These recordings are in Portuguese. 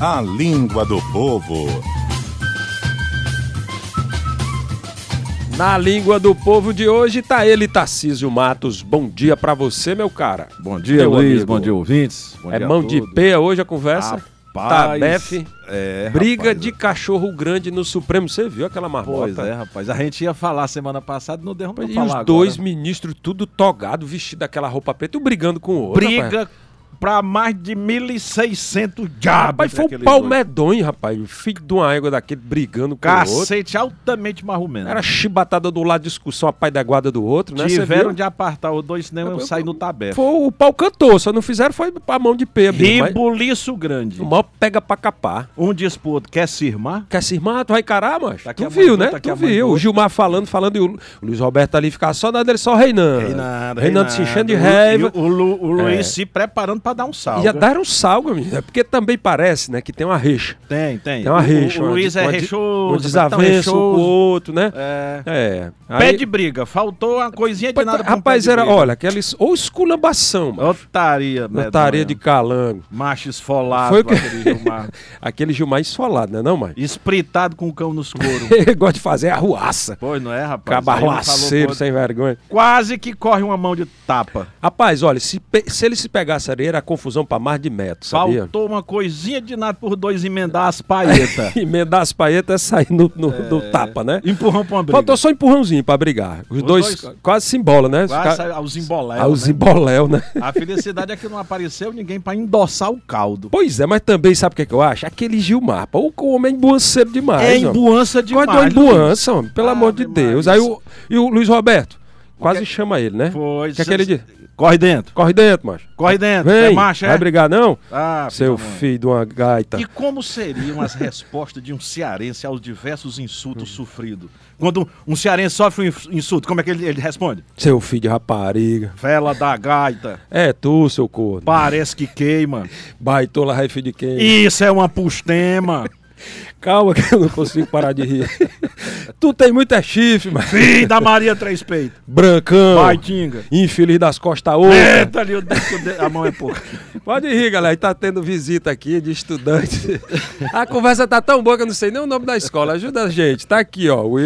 A língua do povo. Na língua do povo de hoje tá ele, Tarcísio Matos. Bom dia pra você, meu cara. Bom dia, Meu Luiz. amigo. Bom dia, ouvintes. Bom é dia a mão de todos. peia hoje a conversa? Rapaz, Tabef, é, Briga rapaz, de cachorro grande no Supremo. Você viu aquela Pois marmota? é, rapaz. A gente ia falar semana passada, não derrubou E falar os agora. dois ministros tudo togado, vestido daquela roupa preta, um brigando com o outro. rapaz. Briga pra mais de 1.600 diabos. um Rapaz, entre foi o aqueles pau dois. medonho, rapaz. O filho de uma égua daquele brigando com o outro. Cacete altamente marrumento. Era chibatada do lado, discussão, a pai da guarda do outro, né? Cê Tiveram viu? de apartar os dois, senão eu Rapaz, saí no tabef. Foi, o pau cantou, só não fizeram foi a mão de um peia. mesmo, mas Ribuliço grande. O mal pega pra capar. Um diz pro outro, quer se irmar? Quer se irmar? Tu vai encarar, macho? Tá aqui tu a mãe viu, do né? outro, tá aqui tu a mãe do viu. O outro. Gilmar falando, falando, e o Lu- o Luiz Roberto ali ficava só na dele, só reinando. Reinando, se enchendo de E o- raiva. e O, Lu- o Luiz É. se preparando pra dar um salto. E já deram um salgo, menino. É porque também parece, né, que tem uma recha. Tem, tem. Tem uma O- recha. O, uma Luiz de- é uma de- rechoso. Um desavença um com o outro, né? É. É. Aí- Pé de briga. Faltou uma coisinha de Pois, nada pra um Rapaz, pé de era, briga. olha, aqueles. Ou esculambação, mano. Otaria, medonha. Notaria de calango. Macho esfolado, Foi o que- aquele Gilmar. Aquele Gilmar esfolado, né, não, mãe? Espritado com o cão nos couro. Ele gosta de fazer arruaça. Pois não é, rapaz? Aí não falou Cabarroaceiro, quando- sem vergonha. Quase que corre uma mão de tapa. Rapaz, olha, se, pe- se ele se pegasse ali, era confusão pra mais de metro, sabia? Faltou uma coisinha de nada por dois emendar as paetas. Emendar as paetas é sair no, no- no tapa, né? Empurrão pra uma briga. Faltou só empurrãozinho pra brigar. Os, Os dois, dois- quase se embola, né? Quase Fica- saiu aos emboléus, aos né? emboléu, né? A felicidade é que não apareceu ninguém pra endossar o caldo. Pois é, mas também sabe o que, é que eu acho? Aquele Gilmar, pô, o homem é embuanceiro demais. é ó. embuança Quase demais. deu uma Luiz. é embuança, homem, pelo Ah, amor de meu Deus. Aí marido. o, e o Luiz Roberto, quase chama ele, né? Foi. O que é que ele diz? Corre dentro. Corre dentro, macho. Corre dentro. Vem, é macho, vai é? brigar não? Ah, Seu filho da mãe. filho de uma gaita. E como seriam as respostas de um cearense aos diversos insultos Hum. sofridos? Quando um cearense sofre um ins- insulto, como é que ele, ele responde? Seu filho de rapariga. Vela da gaita, É tu, seu corno. parece que queima. Baitola, raiz filho de quem? Isso é uma pustema. Calma que eu não consigo parar de rir. tu tem muita chifre, mas... Filho da Maria Três Peitos. Brancão. Baitinga. Infeliz das costas outras. Eita, ali, o dedo- o dedo- a mão é pouca. Pode rir, galera. Tá tendo visita aqui de estudante. A conversa tá tão boa que eu não sei nem o nome da escola. Ajuda a gente. Tá aqui, ó. O...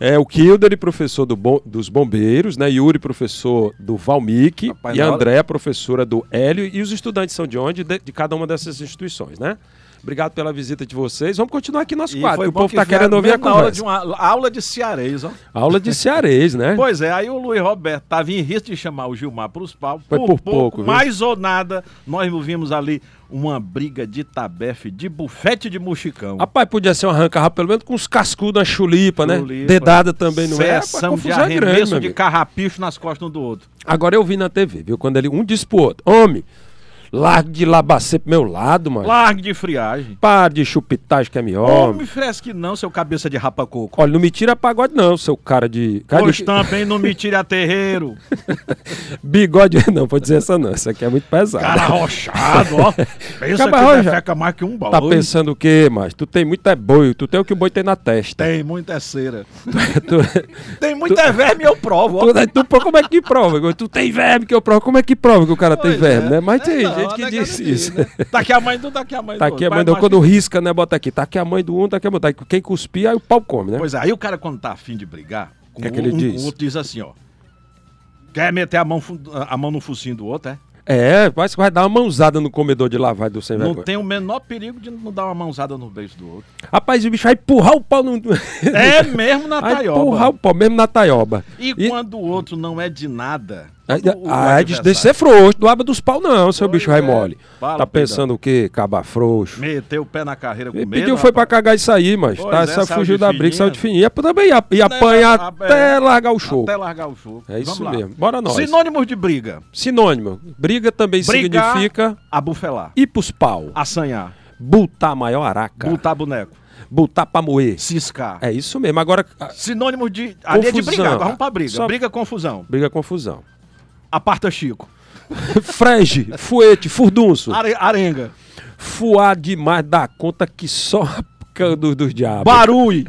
É o Kilder, professor do bom- dos bombeiros, né? Yuri, professor do Valmic. Rapaz, e na a hora- Andréa, professora do Hélio. E os estudantes são de onde? De, de cada uma dessas instituições, né? Obrigado pela visita de vocês. Vamos continuar aqui nosso E quadro, foi que o bom povo que tá querendo vieram ouvir a mesmo na hora conversa. de um- uma aula de cearês, ó. Aula de cearês, né? Pois é, aí o Luiz Roberto tava em risco de chamar o Gilmar para os pau. Foi por pouco, viu? mais ou nada, nós vimos ali uma briga de tabefe, de bufete de muxicão. Rapaz, podia ser um arranca pelo menos com uns cascudos, uma chulipa, né? Chulipa. Dedada também, não é? Rapaz, Sessão de confusão é grande, arremesso meu de amigo. carrapicho nas costas um do outro. Agora eu vi na TV, viu? Quando ele um disse pro outro, homem, larga de labacê pro meu lado, mano. Largue de friagem. Para de chupitagem que é melhor. Não me fresque não, seu cabeça de rapacoco. Olha, não me tira pagode não, seu cara de... Cara Pois de... também não me tire a terreiro. Bigode, não, vou dizer essa não, essa aqui é muito pesada. Cara rochado, ó. Pensa Caba que rocha. defeca mais que um balão. Tá pensando o quê, mas Tu tem muito é boi, tu tem o que o boi tem na testa. Tem muita cera. Tu, é Tem muita verme, eu provo, ó. tu, tu, pô, como é que prova? Tu tem verme que eu provo, como é que prova que o cara tem Pois verme, é. né? Mas tem É, não, gente até que eu diz não vi, isso. né? Tá aqui a mãe do, tá aqui a mãe Tá do aqui a outro. mãe do Vai, quando macho. risca, né? Bota aqui. Tá aqui a mãe do um, tá aqui a mãe. Tá aqui. Quem cuspir, aí o pau come, né? Pois é, aí o cara quando tá afim de brigar, com Que é o- que ele um, diz? o outro diz assim, ó. Quer meter a mão, fu- a mão no focinho do outro, é? É, parece que vai dar uma mãozada no comedor de lavar do sem Não vergonha. tem o menor perigo de não dar uma mãozada no beijo do outro. Rapaz, o bicho vai empurrar o pau no. É mesmo na Vai empurrar o taioba. pau mesmo na taioba. E, quando o outro não é de nada... Aí, o- o aí ah, diz, adversário- deixa ser frouxo, não abra dos pau não, seu Pois bicho vai é. mole. Fala, tá Pedrão. pensando o quê? Caba frouxo. Meteu o pé na carreira com Ele medo, pediu foi pra rapaz. cagar e sair, mas Pois tá, é, só saiu fugiu de da briga, fininha. saiu de fininha, É também ia, ia Né, apanhar a- a- até é. largar o show. Até largar o show. É isso Vamos lá. mesmo. Bora nós. Sinônimos de briga. Sinônimo. Briga também Brigar, significa abufelar, ir pros pau. assanhar, Botar maior araca. botar boneco, Botar pra moer. ciscar. É isso mesmo. Agora, a- Sinônimo de. Ali é de Confusão. brigar, agora vamos pra briga. Só- Briga, confusão. briga confusão. Aparta Chico. Frege, fuete, furdunço. Are- arenga. Fuar demais da conta que só a cana dos, dos diabos. Barulho.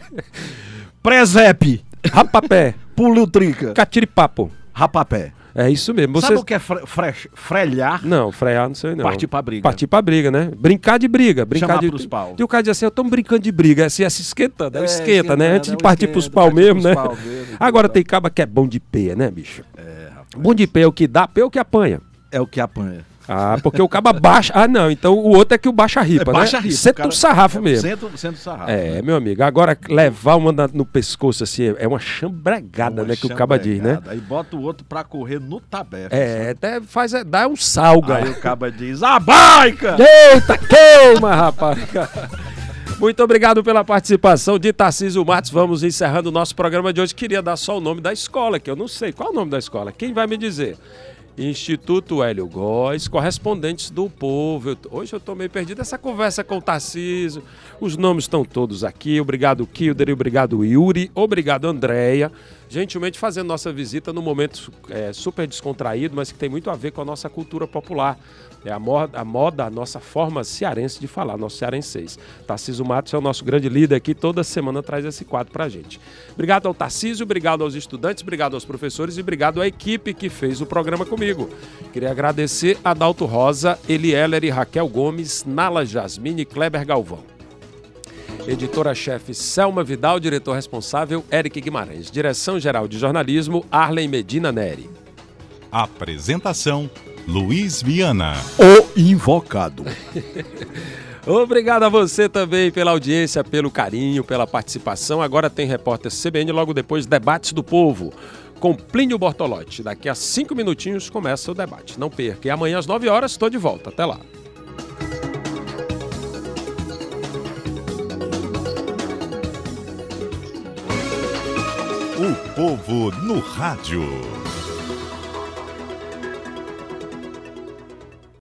Presepe. Rapapé, Pulutrica. catiripapo, Rapapé. É isso mesmo. Você... Sabe o que é fre fre- frelhar? Não, frear não sei não. Partir pra briga. Partir pra briga, né? Brincar de briga. Brincar Chamar de... pros pau. E o cara diz assim, eu tô brincando de briga. Assim, é se esquentando, é, o É, esquenta, né? esquentando, Antes de é o partir pros esquenta, pau partir mesmo, pros né? pau mesmo, Agora tem caba que é bom de pé, né, bicho? É, rapaz. Bom de pé é o que dá, pé é o que apanha. É o que apanha. Ah, porque o caba baixa. Ah, não, então o outro é que o baixa ripa, né? Baixa rifa. Senta cara- um sarrafo é, mesmo. Senta, né? senta o sarrafo. É, meu amigo, agora levar uma na- no pescoço assim é uma chambregada, Uma né? Que o caba diz, né? chambregada. é Aí bota o outro pra correr no tabefe. É, até faz, é, dá um salga. Aí o caba diz, a baica! Eita, queima, rapaz! Muito obrigado pela participação de Tarcísio Matos. Vamos encerrando o nosso programa de hoje. Queria dar só o nome da escola, que eu não sei. Qual é o nome da escola? Quem vai me dizer? Instituto Hélio Góes, correspondentes do povo. Eu t- hoje eu tô meio perdido essa conversa com o Tarcísio. Os nomes estão todos aqui. Obrigado, Kilder. Obrigado, Yuri. Obrigado, Andréia. Gentilmente fazendo nossa visita num momento su- eh, super descontraído, mas que tem muito a ver com a nossa cultura popular. É a moda, a moda, a nossa forma cearense de falar, nosso cearenseis. Tarcísio Matos é o nosso grande líder aqui, toda semana traz esse quadro pra gente. Obrigado ao Tarcísio, obrigado aos estudantes, obrigado aos professores e obrigado à equipe que fez o programa comigo. Queria agradecer a Dalto Rosa, Eli Heller e Raquel Gomes, Nala Jasmine e Kleber Galvão. Editora-chefe Selma Vidal, diretor responsável Eric Guimarães. Direção-geral de jornalismo Arlen Medina Neri. Apresentação: Luiz Viana. O invocado. Obrigado a você também pela audiência, pelo carinho, pela participação. Agora tem repórter CBN, logo depois Debates do Povo, com Plínio Bortolotti. Daqui a cinco minutinhos começa o debate. Não perca. E amanhã às 9 horas estou de volta. Até lá. O povo no rádio.